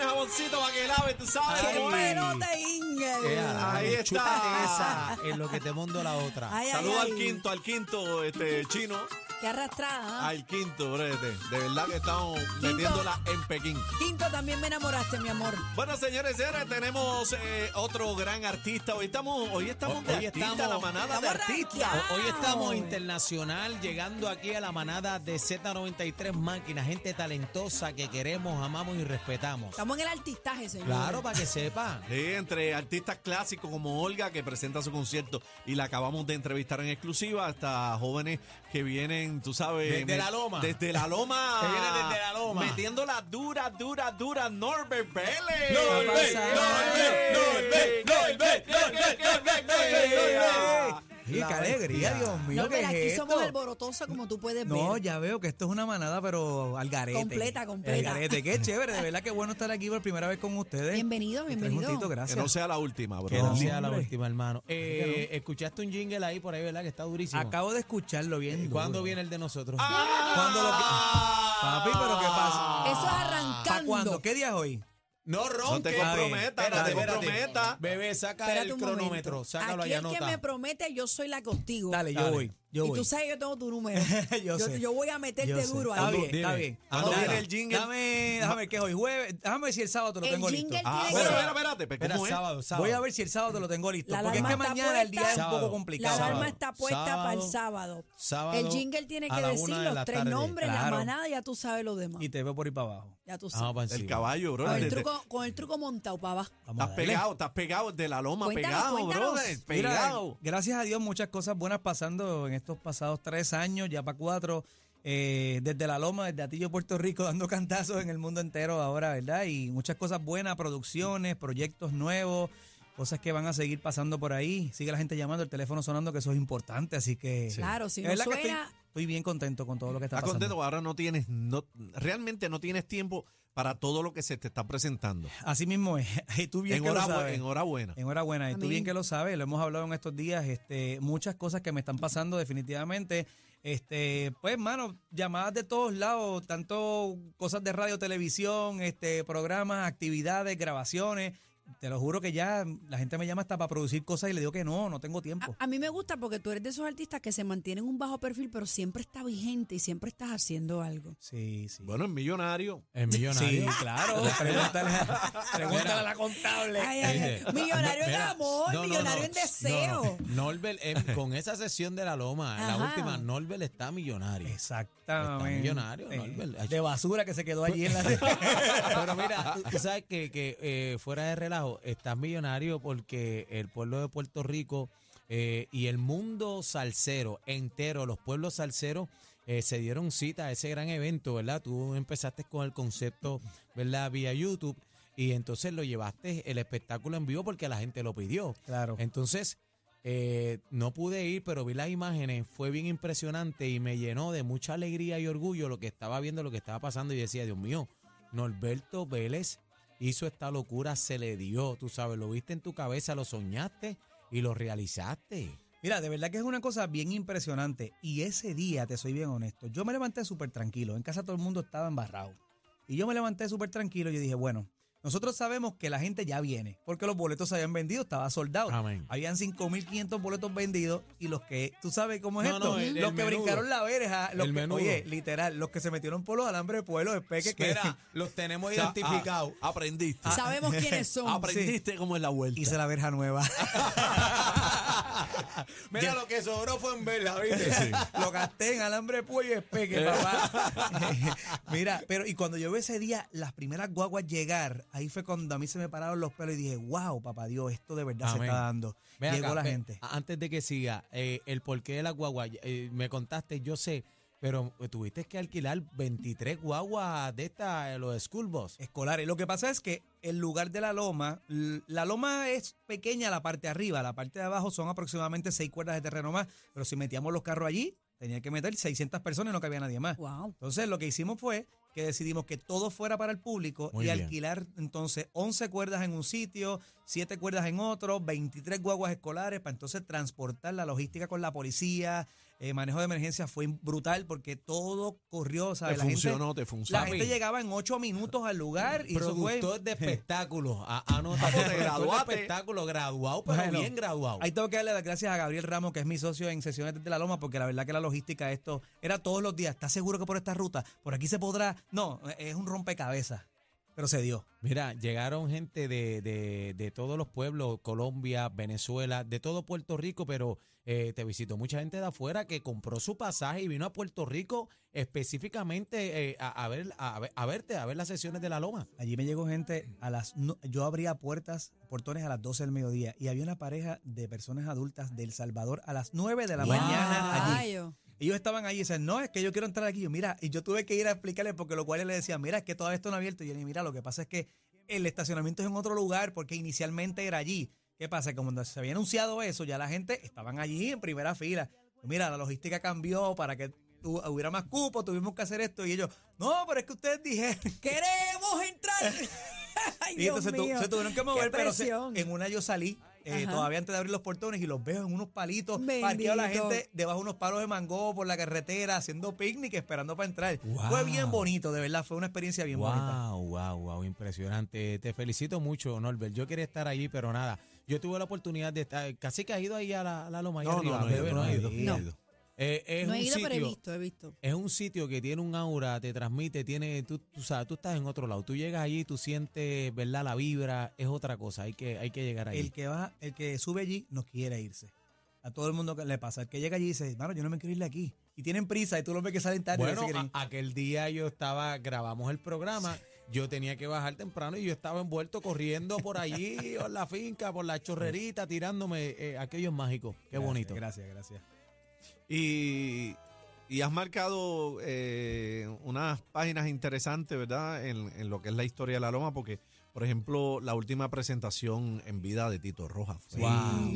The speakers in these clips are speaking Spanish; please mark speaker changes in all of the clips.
Speaker 1: limoncito para que lave, tú sabes.
Speaker 2: Ay,
Speaker 1: cómo es.
Speaker 2: bueno, te Ingel.
Speaker 3: Ea,
Speaker 1: Ahí está.
Speaker 3: chúpate esa en lo que te mando la otra.
Speaker 2: Ay, ay,
Speaker 1: Saluda
Speaker 2: ay.
Speaker 1: al quinto, al quinto este chino.
Speaker 2: Qué arrastrada. ¿ah?
Speaker 1: Al quinto, brete. De verdad que estamos
Speaker 2: Quinto.
Speaker 1: metiéndola en Pekín.
Speaker 2: Quinto, también me enamoraste, mi amor.
Speaker 1: Bueno, señores y señores, tenemos eh, otro gran artista. Hoy estamos, hoy estamos de
Speaker 3: Hoy
Speaker 1: artista,
Speaker 3: estamos-
Speaker 1: la manada de
Speaker 2: estamos
Speaker 1: artistas.
Speaker 2: rankeados.
Speaker 3: Hoy estamos internacional, llegando aquí a la manada de Z93 Máquina, gente talentosa que queremos, amamos y respetamos.
Speaker 2: Estamos en el artistaje, señor.
Speaker 3: Claro, para que sepa.
Speaker 1: Sí, entre artistas clásicos como Olga, que presenta su concierto y la acabamos de entrevistar en exclusiva, hasta jóvenes que vienen, tú sabes.
Speaker 3: Desde
Speaker 1: me-
Speaker 3: la loma.
Speaker 1: Desde la loma.
Speaker 3: Que vienen desde la loma.
Speaker 1: Metiendo la dura, dura, dura Norbert Vélez.
Speaker 3: Norbert, Norbert,
Speaker 4: Norbert, Norbert, Norbert, Norbert, Norbert, Y
Speaker 1: La
Speaker 4: qué alegría,
Speaker 1: bestia.
Speaker 4: Dios mío,
Speaker 2: No,
Speaker 4: ¿qué
Speaker 2: pero aquí
Speaker 4: es esto?
Speaker 2: somos alborotosa, como tú puedes ver.
Speaker 4: No, ya veo que esto es una manada, pero al garete.
Speaker 2: Completa, completa.
Speaker 4: Al garete, qué chévere, de verdad que bueno estar aquí por primera vez con ustedes.
Speaker 2: Bienvenido,
Speaker 4: Tres
Speaker 2: bienvenido.
Speaker 4: minutitos,
Speaker 1: Que
Speaker 4: gracias.
Speaker 1: no sea la última, bro.
Speaker 3: Que no sea la
Speaker 4: Hombre.
Speaker 3: última, hermano. Eh, escuchaste un jingle ahí por ahí, ¿verdad? Que está durísimo.
Speaker 4: Acabo de escucharlo bien.
Speaker 3: ¿Y
Speaker 4: duro.
Speaker 3: cuándo viene el de nosotros?
Speaker 2: Ah,
Speaker 4: ¿Cuándo lo que- Papi, pero ¿qué pasa?
Speaker 2: Eso es
Speaker 4: ¿Para
Speaker 2: arrancando.
Speaker 4: cuándo? ¿Qué día es hoy?
Speaker 3: No
Speaker 1: No te
Speaker 3: ronques.
Speaker 1: comprometas, no
Speaker 3: Espérate,
Speaker 1: te
Speaker 3: espérate.
Speaker 1: comprometas.
Speaker 3: Bebé, saca
Speaker 2: Espérate
Speaker 3: el
Speaker 2: un momento.
Speaker 3: cronómetro. Sácalo
Speaker 2: Aquí
Speaker 3: allá,
Speaker 2: el que
Speaker 3: nota.
Speaker 2: me promete, yo soy la contigo.
Speaker 4: Dale, yo
Speaker 3: Dale.
Speaker 4: voy. Yo
Speaker 2: y
Speaker 4: voy.
Speaker 2: tú sabes que yo tengo tu número.
Speaker 4: Yo sé.
Speaker 2: yo voy a meterte
Speaker 4: Yo sé.
Speaker 2: duro
Speaker 4: Está
Speaker 2: ahí.
Speaker 4: bien, está
Speaker 3: Dime.
Speaker 4: bien.
Speaker 1: ¿Cuándo
Speaker 4: Dame-
Speaker 1: viene el jingle?
Speaker 4: Dame, déjame ver qué es hoy jueves. Déjame ver si el sábado te lo
Speaker 2: El
Speaker 4: tengo listo.
Speaker 2: jingle
Speaker 1: Ah,
Speaker 2: tiene
Speaker 1: bueno,
Speaker 2: que ser.
Speaker 1: espera, espérate. pe,
Speaker 3: Espera,
Speaker 1: ¿Cómo es?
Speaker 3: sábado, sábado.
Speaker 4: Voy a ver si el sábado te lo tengo listo.
Speaker 2: La
Speaker 4: porque es que
Speaker 2: alarma está
Speaker 4: mañana el día es un
Speaker 2: puesta.
Speaker 4: poco
Speaker 2: La
Speaker 4: complicado.
Speaker 2: alarma
Speaker 3: Sábado.
Speaker 2: está puesta
Speaker 3: Sábado.
Speaker 2: para el sábado.
Speaker 3: Sábado
Speaker 2: El jingle tiene
Speaker 3: a
Speaker 2: que
Speaker 3: la
Speaker 2: decir
Speaker 3: una de
Speaker 2: los
Speaker 3: la
Speaker 2: tres
Speaker 3: tarde.
Speaker 2: nombres,
Speaker 4: Claro.
Speaker 2: la manada, ya tú sabes lo demás.
Speaker 4: Y te veo por ir para abajo.
Speaker 2: Ya tú
Speaker 3: Vamos
Speaker 2: sabes.
Speaker 3: para
Speaker 1: El
Speaker 3: encima.
Speaker 1: caballo, bro.
Speaker 2: con,
Speaker 1: Te-
Speaker 2: el
Speaker 1: te-
Speaker 2: truco, con el truco montado para abajo.
Speaker 4: Vamos a
Speaker 1: Estás
Speaker 4: darle.
Speaker 1: pegado, estás pegado de la loma,
Speaker 2: Cuéntanos,
Speaker 1: pegado,
Speaker 2: cuéntanos.
Speaker 1: bro.
Speaker 4: Mira,
Speaker 1: Pegado.
Speaker 4: gracias a Dios, muchas cosas buenas pasando en estos pasados tres años, ya para cuatro, eh, desde La Loma, desde Atillo, Puerto Rico, dando cantazos en el mundo entero ahora, ¿verdad? Y muchas cosas buenas, producciones, proyectos nuevos, cosas que van a seguir pasando por ahí. Sigue la gente llamando, el teléfono sonando, que eso es importante, así que...
Speaker 2: Claro, si
Speaker 4: Es
Speaker 2: no
Speaker 4: verdad que
Speaker 2: suena-
Speaker 4: estoy, estoy bien contento con todo lo que está
Speaker 1: Estás
Speaker 4: pasando.
Speaker 1: contento, ahora no tienes, no, realmente no tienes tiempo para todo lo que se te está presentando.
Speaker 4: Así mismo es, y tú bien que lo
Speaker 1: Enhorabu-
Speaker 4: sabes.
Speaker 1: enhorabuena.
Speaker 4: Enhorabuena, y tú
Speaker 2: Amén.
Speaker 4: bien que lo sabes, lo hemos hablado en estos días, este, muchas cosas que me están pasando definitivamente. Este, pues, mano, llamadas de todos lados, tanto cosas de radio, televisión, este, programas, actividades, grabaciones. Te lo juro que ya la gente me llama hasta para producir cosas y le digo que no, no tengo tiempo.
Speaker 2: A, a mí me gusta porque tú eres de esos artistas que se mantienen un bajo perfil, pero siempre está vigente y siempre estás haciendo algo.
Speaker 4: Sí, sí.
Speaker 1: Bueno, es millonario.
Speaker 3: El millonario.
Speaker 4: Sí, claro. Pregúntale, pregúntale a la contable.
Speaker 2: Ay, ay,
Speaker 4: Eh,
Speaker 2: ay.
Speaker 3: ¿Viste?
Speaker 2: Ah, Millonario en
Speaker 3: "Ah, Mira,
Speaker 2: amor,
Speaker 3: no, no,
Speaker 2: millonario
Speaker 3: no,
Speaker 2: en deseo.
Speaker 3: no, no. Norbert, eh, con esa sesión de la loma, la
Speaker 2: Ajá.
Speaker 3: última, Norbert está millonario.
Speaker 4: Exactamente. Eh,
Speaker 3: Está millonario, Norbert. Ay.
Speaker 4: De basura que se quedó allí en la.
Speaker 3: Pero mira, Ah, tú, tú sabes que, que, eh, fuera de relajo, estás millonario porque el pueblo de Puerto Rico eh, y el mundo salsero entero, los pueblos salseros, eh, se dieron cita a ese gran evento, ¿verdad? Tú empezaste con el concepto, ¿verdad? Vía YouTube y entonces lo llevaste el espectáculo en vivo porque la gente lo pidió.
Speaker 4: Claro.
Speaker 3: Entonces, eh, no pude ir, pero vi las imágenes, fue bien impresionante y me llenó de mucha alegría y orgullo lo que estaba viendo, lo que estaba pasando y decía, Dios mío, Norberto Vélez hizo esta locura, se le dio, tú sabes, lo viste en tu cabeza, lo soñaste y lo realizaste.
Speaker 4: Mira, de verdad que es una cosa bien impresionante. Y ese día, te soy bien honesto, yo me levanté súper tranquilo. En casa todo el mundo estaba embarrado. Y yo me levanté súper tranquilo y yo dije, bueno, nosotros sabemos que la gente ya viene. Porque los boletos se habían vendido, estaba soldado.
Speaker 3: Amén.
Speaker 4: Habían 5.500 boletos vendidos y los que, tú sabes cómo es
Speaker 3: No,
Speaker 4: esto,
Speaker 3: no, el- el
Speaker 4: los que
Speaker 3: menudo.
Speaker 4: brincaron la verja, los
Speaker 3: El
Speaker 4: que,
Speaker 3: menudo.
Speaker 4: oye, literal, los que se metieron por los alambres de pueblo de peque, que-
Speaker 3: los tenemos Ah,
Speaker 1: O sea, ah, aprendiste.
Speaker 2: Sabemos
Speaker 4: Ah.
Speaker 2: quiénes son.
Speaker 1: aprendiste cómo es la vuelta.
Speaker 4: hice la verja nueva.
Speaker 3: Mira, lo que sobró fue en verla, ¿viste?
Speaker 4: Lo gasté en alambre de pollo y espeque, papá. Mira, pero y cuando yo vi ese día las primeras guaguas llegar, ahí fue cuando a mí se me pararon los pelos y dije, wow, papá Dios, esto de verdad se
Speaker 3: Amén.
Speaker 4: está dando.
Speaker 3: Ven
Speaker 4: Llegó
Speaker 3: acá,
Speaker 4: la
Speaker 3: ve-
Speaker 4: gente.
Speaker 3: a- Antes de que siga, eh, el porqué de la guagua, eh, me contaste, yo sé, pero eh, tuviste que alquilar 23 guaguas de esta, eh, los school bus.
Speaker 4: Escolares. Lo que pasa es que el lugar de la loma, l- la loma es pequeña la parte de arriba, la parte de abajo son aproximadamente seis cuerdas de terreno más, pero si metíamos los carros allí, tenía que meter 600 personas y no cabía nadie más.
Speaker 2: Wow.
Speaker 4: Entonces lo que hicimos fue que decidimos que todo fuera para el público
Speaker 3: Muy
Speaker 4: y
Speaker 3: bien.
Speaker 4: alquilar entonces 11 cuerdas en un sitio, 7 cuerdas en otro, 23 guaguas escolares para entonces transportar la logística con la policía, eh, manejo de emergencia fue brutal porque todo corrió,
Speaker 1: Te
Speaker 4: ¿sabes? La gente-
Speaker 1: funcionó, te
Speaker 4: La
Speaker 1: funcionó.
Speaker 3: Papi.
Speaker 4: gente llegaba en ocho minutos al lugar y eso fue.
Speaker 3: productor de Ah, espectáculos. A- Anota,
Speaker 1: Papo, te
Speaker 3: productor
Speaker 1: graduaste.
Speaker 3: de espectáculo, graduado, pero
Speaker 4: Bueno,
Speaker 3: bien graduado.
Speaker 4: Ahí tengo que darle las gracias a Gabriel Ramos, que es mi socio en Sesiones de la Loma, porque la verdad que la logística de esto era todos los días. ¿Estás seguro que por esta ruta, por aquí se podrá? No, es un rompecabezas, pero se dio.
Speaker 3: Mira, llegaron gente de, de- de todos los pueblos, Colombia, Venezuela, de todo Puerto Rico, pero eh, te visitó mucha gente de afuera que compró su pasaje y vino a Puerto Rico específicamente eh, a, a ver, a, ver- a verte, a ver las sesiones de la Loma.
Speaker 4: Allí me llegó gente a las. no- yo abría puertas, portones a las 12 del mediodía y había una pareja de personas adultas de El Salvador a las 9 de la
Speaker 3: Wow.
Speaker 4: mañana allí.
Speaker 2: Rayo.
Speaker 4: Ellos estaban allí y dicen, no, es que yo quiero entrar aquí. Yo, mira, y yo tuve que ir a explicarle porque lo cual él le decía, mira, es que todavía esto no ha abierto. Y yo, mira, lo que pasa es que el estacionamiento es en otro lugar porque inicialmente era allí. ¿Qué pasa? Que cuando se había anunciado eso, ya la gente estaban allí en primera fila. Mira, la logística cambió para que tu- hubiera más cupo, tuvimos que hacer esto. Y ellos, no, pero es que ustedes dijeron.
Speaker 2: ¡Queremos entrar! Ay,
Speaker 4: Y entonces
Speaker 2: Dios
Speaker 4: tu-
Speaker 2: mío.
Speaker 4: se tuvieron que mover,
Speaker 2: Qué
Speaker 4: pero se-
Speaker 2: presión.
Speaker 4: en una yo salí, eh,
Speaker 2: Ajá.
Speaker 4: todavía antes de abrir los portones, y los veo en unos palitos, parqueado la
Speaker 2: Bendito.
Speaker 4: gente debajo de unos palos de mango por la carretera, haciendo picnic, esperando para entrar.
Speaker 3: Wow.
Speaker 4: Fue bien bonito, de verdad, fue una experiencia bien bonita.
Speaker 3: Wow, wow, wow, impresionante. Te felicito mucho, Norbert. Yo quería estar allí, pero nada. Yo tuve la oportunidad de estar. Casi que has ido ahí a la, a la Loma. ahí
Speaker 1: No,
Speaker 3: arriba,
Speaker 1: no, no he ido,
Speaker 3: bebé,
Speaker 1: no
Speaker 3: has
Speaker 1: he
Speaker 3: ido.
Speaker 1: ido.
Speaker 2: No.
Speaker 3: Eh, es
Speaker 2: No
Speaker 3: un
Speaker 2: he ido, pero he
Speaker 3: sitio-
Speaker 2: visto, he visto.
Speaker 3: Es un sitio que tiene un aura, te transmite, tiene, tú, tú sabes, tú estás en otro lado. Tú llegas allí, tú sientes, ¿verdad? La vibra es otra cosa. Hay que, hay que llegar ahí.
Speaker 4: El que va, el que sube allí no quiere irse. A todo el mundo que le pasa. El que llega allí dice, mano, yo no me quiero ir de aquí. Y tienen prisa, y tú lo ves que salen tarde. y no se
Speaker 3: bueno, ah,
Speaker 4: quieren ir.
Speaker 3: a- aquel día yo estaba, grabamos el programa, yo tenía que bajar temprano y yo estaba envuelto corriendo por allí, por la finca, por la chorrerita, tirándome. eh, aquello es mágico. Qué
Speaker 4: Gracias,
Speaker 3: bonito.
Speaker 4: Gracias, gracias.
Speaker 1: Y, y has marcado eh, unas páginas interesantes, ¿verdad? En, en lo que es la historia de la Loma, porque, por ejemplo, la última presentación en vida de Tito Rojas fue
Speaker 3: Wow.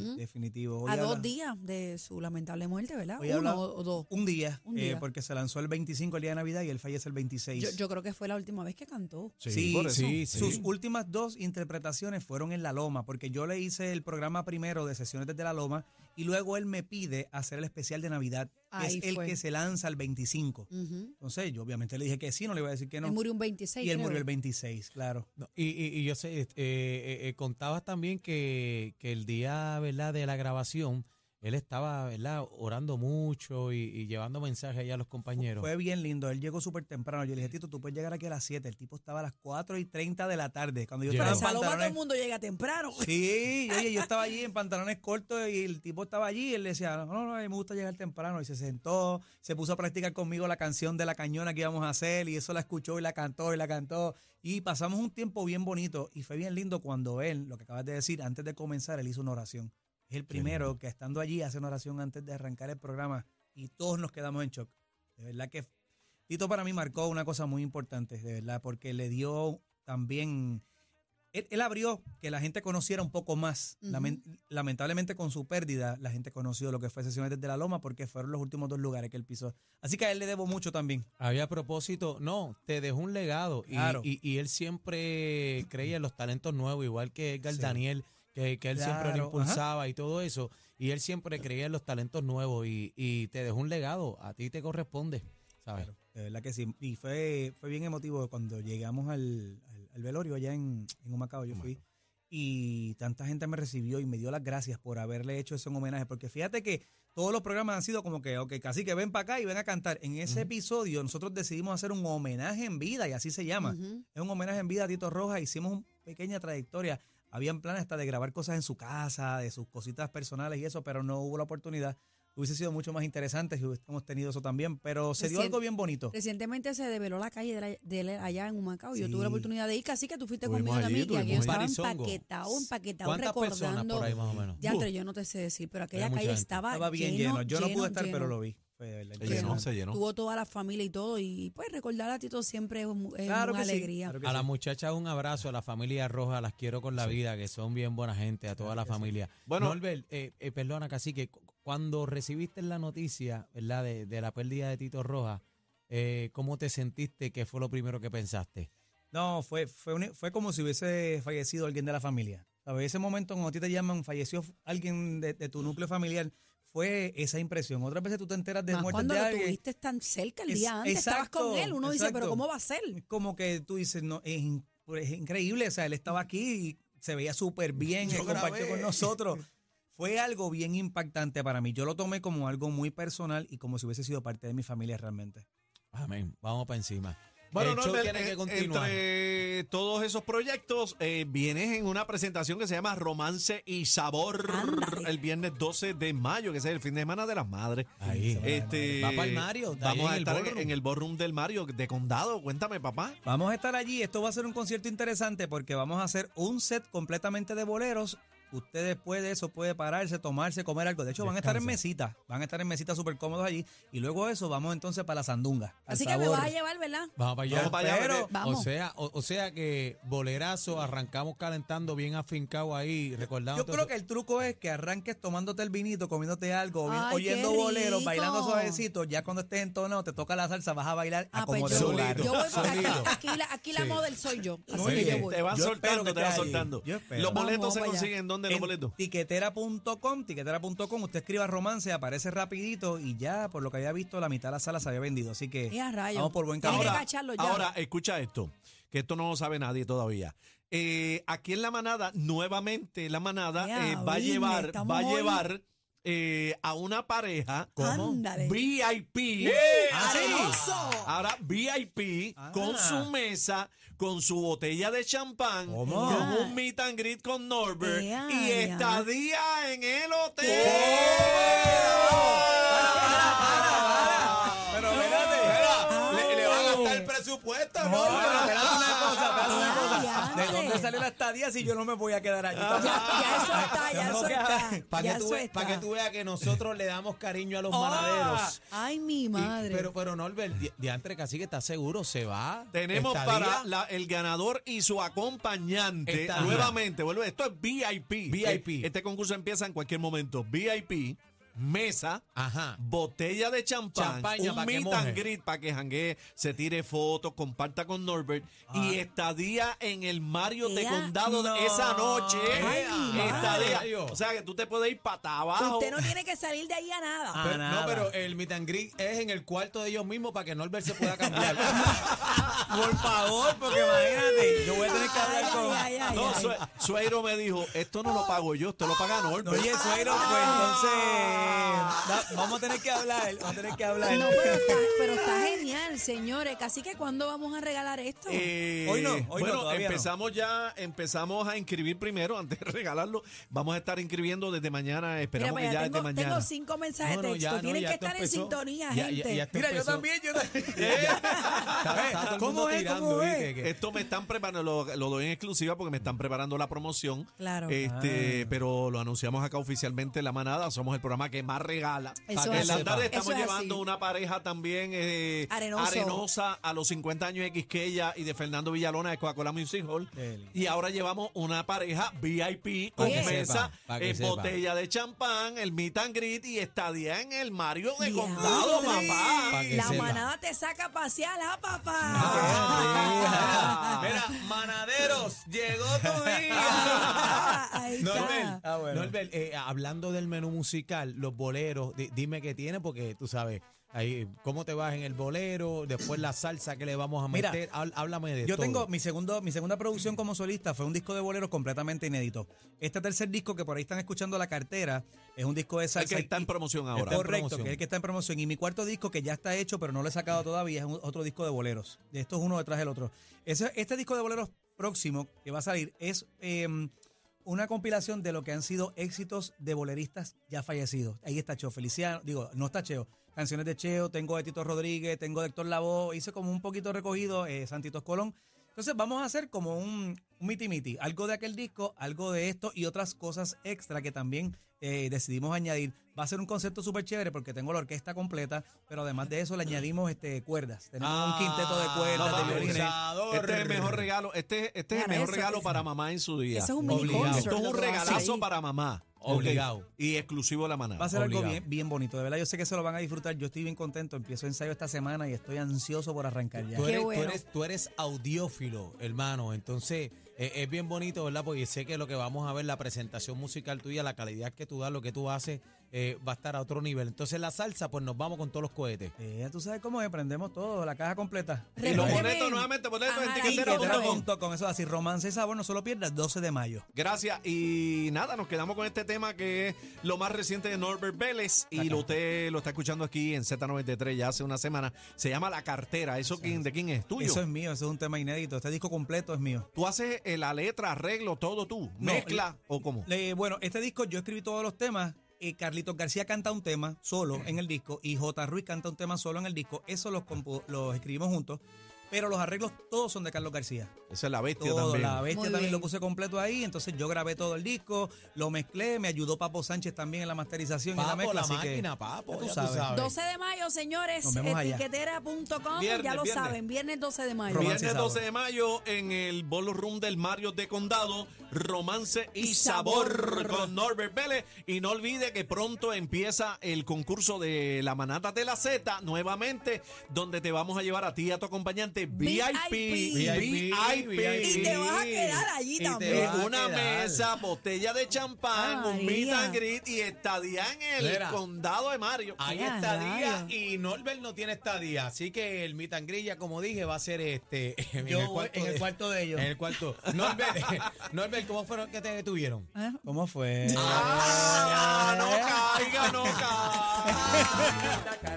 Speaker 2: Ujú.
Speaker 4: Definitivo. Hoy
Speaker 2: A dos
Speaker 4: habla-
Speaker 2: días de su lamentable muerte, ¿verdad?
Speaker 4: Hoy
Speaker 2: Uno
Speaker 4: habla-
Speaker 2: o o dos.
Speaker 4: Un día,
Speaker 2: Un
Speaker 4: eh,
Speaker 2: día.
Speaker 4: porque se lanzó el 25 el día de Navidad y él fallece el 26.
Speaker 2: Yo, yo creo que fue la última vez que cantó.
Speaker 1: Sí,
Speaker 4: Sí,
Speaker 1: por eso.
Speaker 3: sí, sí.
Speaker 4: Sus últimas dos interpretaciones fueron en La Loma, porque yo le hice el programa primero de sesiones desde La Loma y luego él me pide hacer el especial de Navidad, que
Speaker 2: Ahí
Speaker 4: es el
Speaker 2: fue.
Speaker 4: que se lanza el 25.
Speaker 2: Ujú.
Speaker 4: Entonces yo obviamente le dije que sí, no le iba a decir que no.
Speaker 2: Él murió un 26.
Speaker 4: y él
Speaker 2: creo.
Speaker 4: murió el 26, claro.
Speaker 3: No, y, y, y yo sé, este, eh, eh, eh, contabas también que, que el día ¿verdad? de la grabación, él estaba ¿verdad? orando mucho y, y llevando mensajes allá a los compañeros.
Speaker 4: Fue bien lindo, él llegó súper temprano. Yo le dije, Tito, tú puedes llegar aquí a las 7. El tipo estaba a las 4 y 30 de la tarde. Cuando yo
Speaker 3: Llegó.
Speaker 2: Para
Speaker 4: estaba en
Speaker 2: Saloma todo
Speaker 4: pantalones-
Speaker 2: el mundo llega temprano.
Speaker 4: Sí, oye, yo estaba allí en pantalones cortos y el tipo estaba allí y él decía, no, no, no, me gusta llegar temprano. Y se sentó, se puso a practicar conmigo la canción de la cañona que íbamos a hacer y eso la escuchó y la cantó y la cantó. Y pasamos un tiempo bien bonito y fue bien lindo cuando él, lo que acabas de decir, antes de comenzar, él hizo una oración. Es el primero que estando allí hace una oración antes de arrancar el programa y todos nos quedamos en shock. De verdad que Tito para mí marcó una cosa muy importante, de verdad, porque le dio también él, él abrió que la gente conociera un poco más.
Speaker 2: Ujú.
Speaker 4: Lamen- lamentablemente con su pérdida, la gente conoció lo que fue Sesiones desde la Loma porque fueron los últimos dos lugares que él pisó. Así que a él le debo mucho también.
Speaker 3: Había propósito, no, te dejó un legado. Y,
Speaker 4: Claro.
Speaker 3: y, y él siempre creía en los talentos nuevos, igual que Edgar
Speaker 4: Sí.
Speaker 3: Daniel, que, que él siempre
Speaker 4: Claro,
Speaker 3: lo impulsaba y todo eso. Y él siempre creía en los talentos nuevos y, y te dejó un legado, a ti te corresponde, ¿sabes?
Speaker 4: Claro, de verdad que sí. Y fue, fue bien emotivo cuando llegamos al, al- al velorio allá en, en Humacao, yo fui. Y tanta gente me recibió y me dio las gracias por haberle hecho ese homenaje. Porque fíjate que todos los programas han sido como que, ok, casi que ven para acá y ven a cantar. En ese episodio nosotros decidimos hacer un homenaje en vida y así se llama.
Speaker 2: Ujú.
Speaker 4: Es un homenaje en vida a Tito Rojas. Hicimos una pequeña trayectoria. Habían planes hasta de grabar cosas en su casa, de sus cositas personales y eso, pero no hubo la oportunidad. Hubiese sido mucho más interesante si hubiésemos tenido eso también, pero se dio
Speaker 2: Recien-
Speaker 4: algo bien bonito.
Speaker 2: Recientemente se develó la calle de, la- de él allá en Humacao. Yo
Speaker 4: Sí.
Speaker 2: tuve la oportunidad de ir, casi que tú fuiste
Speaker 1: Tuvimos
Speaker 2: conmigo
Speaker 1: allí,
Speaker 2: también. Y
Speaker 1: tuvimos
Speaker 2: aquí
Speaker 1: allí.
Speaker 2: estaba
Speaker 3: Parizongo.
Speaker 2: empaquetado, empaquetado,
Speaker 3: ¿Cuántas personas
Speaker 2: recordando.
Speaker 3: por ahí más o menos?
Speaker 2: Ya, pero yo no te sé decir, pero aquella
Speaker 3: Era mucha
Speaker 2: calle
Speaker 3: gente.
Speaker 2: estaba,
Speaker 4: Estaba bien lleno. Yo no pude estar,
Speaker 2: lleno.
Speaker 4: pero lo vi. Fue de verdad
Speaker 1: Se
Speaker 2: Lleno.
Speaker 1: llenó,
Speaker 4: impresionante.
Speaker 1: se llenó.
Speaker 2: Tuvo toda la familia y todo. Y pues recordar a Tito siempre es, mu- es
Speaker 4: Claro
Speaker 2: una
Speaker 4: que sí,
Speaker 2: alegría.
Speaker 4: claro que
Speaker 3: A
Speaker 4: sí.
Speaker 3: las muchachas un abrazo, a la familia Roja, las quiero con la vida, que son bien buena gente, a toda la familia.
Speaker 1: Bueno.
Speaker 3: Norbert, eh, eh, perdona, casi que cuando recibiste la noticia, ¿verdad?, de, de la pérdida de Tito Roja, eh, ¿cómo te sentiste? ¿Qué fue lo primero que pensaste?
Speaker 4: No, fue, fue, un- fue como si hubiese fallecido alguien de la familia. A ese momento, cuando a ti te llaman, falleció alguien de, de tu núcleo familiar, fue esa impresión. Otras veces tú te enteras de
Speaker 2: Más
Speaker 4: muertes
Speaker 2: cuando
Speaker 4: de
Speaker 2: lo
Speaker 4: alguien.
Speaker 2: tuviste tan cerca el
Speaker 4: Es-
Speaker 2: día antes, estabas
Speaker 4: exacto,
Speaker 2: con él, uno dice, pero
Speaker 4: exacto.
Speaker 2: ¿cómo va a ser?
Speaker 4: Como que tú dices, no, es, in- pues, es increíble. O sea, él estaba aquí y se veía súper bien,
Speaker 3: Yo
Speaker 4: él compartió
Speaker 3: grabé.
Speaker 4: con nosotros. Fue algo bien impactante para mí. Yo lo tomé como algo muy personal y como si hubiese sido parte de mi familia realmente.
Speaker 3: Amén. Vamos para encima.
Speaker 1: Bueno,
Speaker 3: el show
Speaker 1: Norbert,
Speaker 3: tiene que
Speaker 1: en-
Speaker 3: continuar.
Speaker 1: entre todos esos proyectos, eh, vienes en una presentación que se llama Romance y Sabor
Speaker 2: Ándale.
Speaker 1: el viernes 12 de mayo, que es el fin de semana de las madres.
Speaker 3: Ahí.
Speaker 1: Este,
Speaker 3: Va pa'l Mario, está
Speaker 1: Vamos
Speaker 3: ahí
Speaker 1: a
Speaker 3: en el
Speaker 1: estar en-
Speaker 3: ballroom.
Speaker 1: en el ballroom del Mario de Condado. Cuéntame, papá.
Speaker 4: Vamos a estar allí. Esto va a ser un concierto interesante porque vamos a hacer un set completamente de boleros. Usted después de eso puede pararse, tomarse, comer algo. De hecho, van a estar en mesitas. Van a estar en mesitas súper cómodos allí. Y luego de eso, vamos entonces para la sandunga. al
Speaker 2: Así que me
Speaker 4: sabor.
Speaker 2: vas a llevar, ¿verdad?
Speaker 3: Vamos para allá.
Speaker 1: Vamos para allá,
Speaker 4: pero-
Speaker 1: porque-
Speaker 2: Vamos.
Speaker 3: O sea, o, o sea que bolerazo, arrancamos calentando bien afincado ahí, recordando.
Speaker 4: Yo
Speaker 3: todo
Speaker 4: creo
Speaker 3: eso.
Speaker 4: que el truco es que arranques tomándote el vinito, comiéndote algo, oyen-
Speaker 2: Ay,
Speaker 4: oyendo
Speaker 2: qué
Speaker 4: boleros,
Speaker 2: rico.
Speaker 4: bailando suavecito. Ya cuando estés entonado, te toca la salsa, vas a bailar a
Speaker 2: Ah,
Speaker 4: como
Speaker 2: pues
Speaker 4: de
Speaker 2: yo,
Speaker 4: lugar.
Speaker 2: yo voy por aquí,
Speaker 3: Solito.
Speaker 2: aquí la, aquí la
Speaker 3: Sí.
Speaker 2: model soy yo, así
Speaker 4: Muy
Speaker 2: que yo
Speaker 4: bien.
Speaker 2: voy.
Speaker 1: Te van
Speaker 4: Yo espero
Speaker 1: soltando,
Speaker 4: que
Speaker 1: te van
Speaker 4: esté ahí.
Speaker 1: soltando.
Speaker 4: Yo espero.
Speaker 1: Los
Speaker 2: Vamos,
Speaker 1: boletos
Speaker 2: vamos
Speaker 1: se
Speaker 2: para allá.
Speaker 1: consiguen dónde los
Speaker 4: En
Speaker 1: boletos.
Speaker 4: Tiquetera.com, tiquetera.com, usted escriba romance, aparece rapidito y ya, por lo que había visto, la mitad de la sala se había vendido. Así que
Speaker 2: Y a rayos.
Speaker 4: vamos por buen
Speaker 2: Tiene que
Speaker 4: camino.
Speaker 2: cacharlo ya.
Speaker 1: Ahora, escucha esto, que esto no lo sabe nadie todavía. Eh, aquí en La Manada, nuevamente, La Manada
Speaker 2: Ya,
Speaker 1: eh, va a
Speaker 2: oíme,
Speaker 1: llevar,
Speaker 2: estamos
Speaker 1: va a
Speaker 2: hoy-
Speaker 1: llevar eh, a una pareja
Speaker 2: Ándale. ¡Eh!
Speaker 1: VIP.
Speaker 4: ¿Ah, sí?
Speaker 2: ¡Sabroso!
Speaker 1: Ahora VIP
Speaker 4: Ah.
Speaker 1: con su mesa, con su botella de champán,
Speaker 4: ¿Cómo?
Speaker 1: con
Speaker 2: Ya.
Speaker 1: un meet and greet con Norbert
Speaker 2: Ya,
Speaker 1: y
Speaker 2: ya.
Speaker 1: estadía en el hotel.
Speaker 4: ¡Eh! Pero espérate.
Speaker 5: Le, le van a gastar el presupuesto, Ah.
Speaker 4: Ah. No,
Speaker 5: ¿no?
Speaker 4: pero espérate una cosa, espérate una
Speaker 2: Ay,
Speaker 4: cosa.
Speaker 2: ya,
Speaker 4: ¿De
Speaker 2: hombre.
Speaker 4: dónde sale la estadía si yo no me voy a quedar allí?
Speaker 2: Ya, ya eso está,
Speaker 1: Ah,
Speaker 2: ya
Speaker 4: No,
Speaker 2: eso
Speaker 4: que-
Speaker 2: está.
Speaker 3: Para
Speaker 2: ya
Speaker 3: que, tú,
Speaker 2: eso
Speaker 3: ve- pa' que
Speaker 2: está.
Speaker 3: tú veas que nosotros le damos cariño a los
Speaker 1: ¡Oh!
Speaker 4: Ah.
Speaker 3: manaderos.
Speaker 2: Ay, mi
Speaker 3: Y-
Speaker 2: madre.
Speaker 3: pero, pero Norbert, di- diantre casi que está seguro, se va.
Speaker 1: Tenemos
Speaker 3: ¿Estadía?
Speaker 1: para la- el ganador y su acompañante.
Speaker 3: Estadía.
Speaker 1: Nuevamente, vuelve. Esto es VIP.
Speaker 3: VIP.
Speaker 1: Eh, Este concurso empieza en cualquier momento. VIP, mesa,
Speaker 3: Ajá.
Speaker 1: botella de champán,
Speaker 3: Champaña
Speaker 1: un
Speaker 3: pa' que
Speaker 1: meet
Speaker 3: moje.
Speaker 1: and greet para que janguee, se tire fotos, comparta con Norbert
Speaker 4: Ah.
Speaker 1: y estadía en el Mario de
Speaker 2: Ea,
Speaker 1: Condado de- esa noche.
Speaker 2: Ay, mi
Speaker 1: estadía.
Speaker 3: madre.
Speaker 1: O sea que tú te puedes ir para abajo.
Speaker 2: Usted no tiene que salir de ahí a nada.
Speaker 4: Ah,
Speaker 3: Pero-
Speaker 4: nada.
Speaker 3: no, pero el meet and greet es en el cuarto de ellos mismos para que Norbert se pueda cambiar.
Speaker 4: Por favor, porque imagínate, yo voy a tener que hablar
Speaker 2: Ay,
Speaker 4: con.
Speaker 2: ay, ay,
Speaker 1: No,
Speaker 2: ay.
Speaker 1: Sue- Suero me dijo, esto no lo pago yo, esto lo paga
Speaker 4: No,
Speaker 1: Norbert. Ah.
Speaker 4: oye, suero, pues entonces. da- vamos a tener que hablar, vamos a tener que hablar.
Speaker 2: Ah. No, pero está, pero está genial, señores. Así que ¿cuándo vamos a regalar esto?
Speaker 1: Eh,
Speaker 4: Hoy no, hoy no,
Speaker 1: bueno,
Speaker 4: todavía no.
Speaker 1: empezamos ya, empezamos a inscribir primero antes de regalarlo. Vamos a estar inscribiendo desde mañana,
Speaker 2: Mira,
Speaker 1: esperamos
Speaker 2: para allá,
Speaker 1: que ya
Speaker 2: pues tengo,
Speaker 1: desde
Speaker 2: tengo
Speaker 1: mañana. Eh,
Speaker 2: cinco mensajes
Speaker 3: No,
Speaker 2: de
Speaker 3: no,
Speaker 2: texto.
Speaker 3: ya, no,
Speaker 2: Tienen
Speaker 3: ya
Speaker 2: que
Speaker 3: esto
Speaker 2: estar en
Speaker 3: empezó.
Speaker 2: sintonía,
Speaker 3: Ya, ya,
Speaker 2: gente.
Speaker 3: ya.
Speaker 4: Mira, yo
Speaker 3: empezó.
Speaker 4: también, yo también.
Speaker 3: Está- está todo el
Speaker 4: ¿Cómo
Speaker 3: mundo
Speaker 4: es?
Speaker 3: tirando,
Speaker 4: ¿Cómo es?
Speaker 3: ¿viste? Que-
Speaker 1: Esto me están preparando, lo, lo doy en exclusiva porque me están preparando la promoción.
Speaker 2: Claro.
Speaker 1: Este,
Speaker 3: Ah.
Speaker 1: pero lo anunciamos acá oficialmente en la manada. Somos el programa que más regala.
Speaker 2: Eso
Speaker 1: en
Speaker 2: es
Speaker 1: la
Speaker 2: así.
Speaker 1: tarde
Speaker 2: Eso
Speaker 1: estamos
Speaker 2: es
Speaker 1: llevando
Speaker 2: así.
Speaker 1: una pareja también eh,
Speaker 2: Arenoso.
Speaker 1: arenosa a los 50 años de Quisqueya y de Fernando Villalona de Coca-Cola Music Hall.
Speaker 4: Qué lindo.
Speaker 1: Y ahora llevamos una pareja VIP
Speaker 3: Pa'
Speaker 1: con
Speaker 3: que
Speaker 1: mesa,
Speaker 3: sepa, pa' que
Speaker 1: eh,
Speaker 3: sepa.
Speaker 1: botella de champán, el meet and greet y estadía en el Mario de
Speaker 2: Diablo,
Speaker 1: Condado,
Speaker 3: Pa'
Speaker 1: papá.
Speaker 3: que
Speaker 2: La
Speaker 3: sepa.
Speaker 2: manada te saca a pasear, ¿ah, papá?
Speaker 1: Ah.
Speaker 3: Mira, manaderos, llegó tu
Speaker 2: Ah, ahí está.
Speaker 3: Norbert,
Speaker 4: Ah, bueno.
Speaker 3: Norbert, eh, hablando del menú musical, los boleros, di- dime qué tiene, porque tú sabes, ahí, cómo te vas en el bolero, después la salsa que le vamos a
Speaker 4: Mira,
Speaker 3: meter, Hab- háblame de
Speaker 4: Yo
Speaker 3: todo.
Speaker 4: tengo mi segundo, mi segunda producción como solista fue un disco de boleros completamente inédito. Este tercer disco que por ahí están escuchando la cartera es un disco de
Speaker 1: El
Speaker 4: salsa.
Speaker 1: que está en promoción ahora.
Speaker 3: en
Speaker 4: Correcto,
Speaker 3: promoción.
Speaker 4: que es el que está en promoción. Y mi cuarto disco, que ya está hecho, pero no lo he sacado todavía, es un- otro disco de boleros. Esto es uno detrás del otro. Ese- este disco de boleros próximo que va a salir es eh, una compilación de lo que han sido éxitos de boleristas ya fallecidos. Ahí está Cheo Feliciano, digo, no está Cheo. Canciones de Cheo, tengo de Tito Rodríguez, tengo de Héctor Lavoe, hice como un poquito recogido eh, Santitos Colón. Entonces vamos a hacer como un, un miti miti, algo de aquel disco, algo de esto y otras cosas extra que también eh, decidimos añadir. Va a ser un concepto súper chévere porque tengo la orquesta completa, pero además de eso le añadimos este, cuerdas. Tenemos un quinteto
Speaker 3: Ah,
Speaker 4: de
Speaker 1: No,
Speaker 4: cuerdas,
Speaker 1: papi,
Speaker 4: de violines.
Speaker 1: Este es el mejor regalo. Este, este es el
Speaker 2: Claro,
Speaker 1: mejor
Speaker 2: eso-
Speaker 1: regalo para mamá en su día.
Speaker 2: eso es un
Speaker 1: Obligado.
Speaker 2: mini concert,
Speaker 1: Esto es
Speaker 2: lo
Speaker 1: un
Speaker 2: que va a hacer.
Speaker 1: regalazo
Speaker 2: Sí.
Speaker 1: para mamá.
Speaker 3: Obligado.
Speaker 1: Y exclusivo de la manada.
Speaker 4: Va a ser algo
Speaker 3: Obligado.
Speaker 4: bien, bien bonito, de verdad. Yo sé que se lo van a disfrutar. Yo estoy bien contento. Empiezo ensayo esta semana y estoy ansioso por arrancar ya.
Speaker 3: Tú
Speaker 2: Qué
Speaker 3: eres,
Speaker 2: bueno.
Speaker 3: tú, eres, tú eres audiófilo, hermano. Entonces, eh, es bien bonito, ¿verdad? Porque sé que lo que vamos a ver, la presentación musical tuya, la calidad que tú das, lo que tú haces, eh, va a estar a otro nivel. Entonces, la salsa, pues nos vamos con todos los cohetes.
Speaker 4: Eh, tú sabes cómo es, prendemos todo, la caja completa.
Speaker 1: Y los
Speaker 2: Repíteme.
Speaker 1: boletos nuevamente, boletos en
Speaker 2: Ajá,
Speaker 1: tiquetera.com.
Speaker 4: Tiquetera.com, Con eso así, romance y sabor, no se lo pierdas, 12 de mayo.
Speaker 1: Gracias. Y nada, nos quedamos con este tema que es lo más reciente de Norbert Vélez. Y lo, usted lo está escuchando aquí en Z93 ya hace una semana. Se llama La Cartera. ¿Eso quién, de quién es? Tuyo.
Speaker 4: Eso es mío, eso es un tema inédito. Este disco completo es mío.
Speaker 1: ¿Tú haces eh, la letra, arreglo, todo tú?
Speaker 4: No,
Speaker 1: ¿Mezcla o cómo?
Speaker 4: Le- bueno, este disco yo escribí todos los temas. eh, Carlitos García canta un tema solo en el disco y J. Ruiz canta un tema solo en el disco. Eso los, compu- los escribimos juntos. Pero los arreglos todos son de Carlos García.
Speaker 1: Esa es la bestia
Speaker 4: Todo,
Speaker 1: también.
Speaker 4: la
Speaker 2: Muy
Speaker 4: bestia también
Speaker 2: bien.
Speaker 4: lo puse completo ahí. Entonces yo grabé todo el disco, lo mezclé, me ayudó Papo Sánchez también en la masterización y en
Speaker 3: Papo,
Speaker 4: la mezcla.
Speaker 3: la
Speaker 4: así que-
Speaker 3: máquina, papo.
Speaker 4: ya tú
Speaker 3: ya tú
Speaker 4: sabes.
Speaker 3: sabes.
Speaker 2: 12 de mayo, señores, eh,
Speaker 4: Nos vemos allá.
Speaker 2: etiquetera.com, ya
Speaker 1: Viernes,
Speaker 2: lo
Speaker 1: viernes.
Speaker 2: saben, viernes 12 de mayo.
Speaker 4: Romance y
Speaker 1: Viernes
Speaker 4: sabor.
Speaker 1: 12 de mayo en el Ballroom del Mario de Condado, Romance y,
Speaker 2: Y
Speaker 1: sabor.
Speaker 2: sabor.
Speaker 1: con Norbert Vélez. Y no olvide que pronto empieza el concurso de la manata de la Z nuevamente, donde te vamos a llevar a ti y a tu acompañante VIP.
Speaker 2: VIP.
Speaker 1: VIP.
Speaker 2: Y te vas a quedar allí
Speaker 3: Y te
Speaker 2: también.
Speaker 3: vas a
Speaker 1: Una
Speaker 3: quedar.
Speaker 1: mesa, botella de champán,
Speaker 2: Ah,
Speaker 1: un meet
Speaker 2: María.
Speaker 1: and greet y estadía en el
Speaker 3: Mira.
Speaker 1: condado de Mario.
Speaker 3: Ahí
Speaker 2: Ya,
Speaker 3: está día
Speaker 2: rayos.
Speaker 3: y Norbert no tiene estadía, así que el mitangrilla, como dije, va a ser este en,
Speaker 4: Yo voy en el
Speaker 3: de-
Speaker 4: cuarto de ellos.
Speaker 3: En el cuarto. Norbert, Norbert, ¿cómo fueron que te tuvieron?
Speaker 2: Ah,
Speaker 4: ¿Cómo fue?
Speaker 1: Ah, no caiga, no caiga.
Speaker 4: Está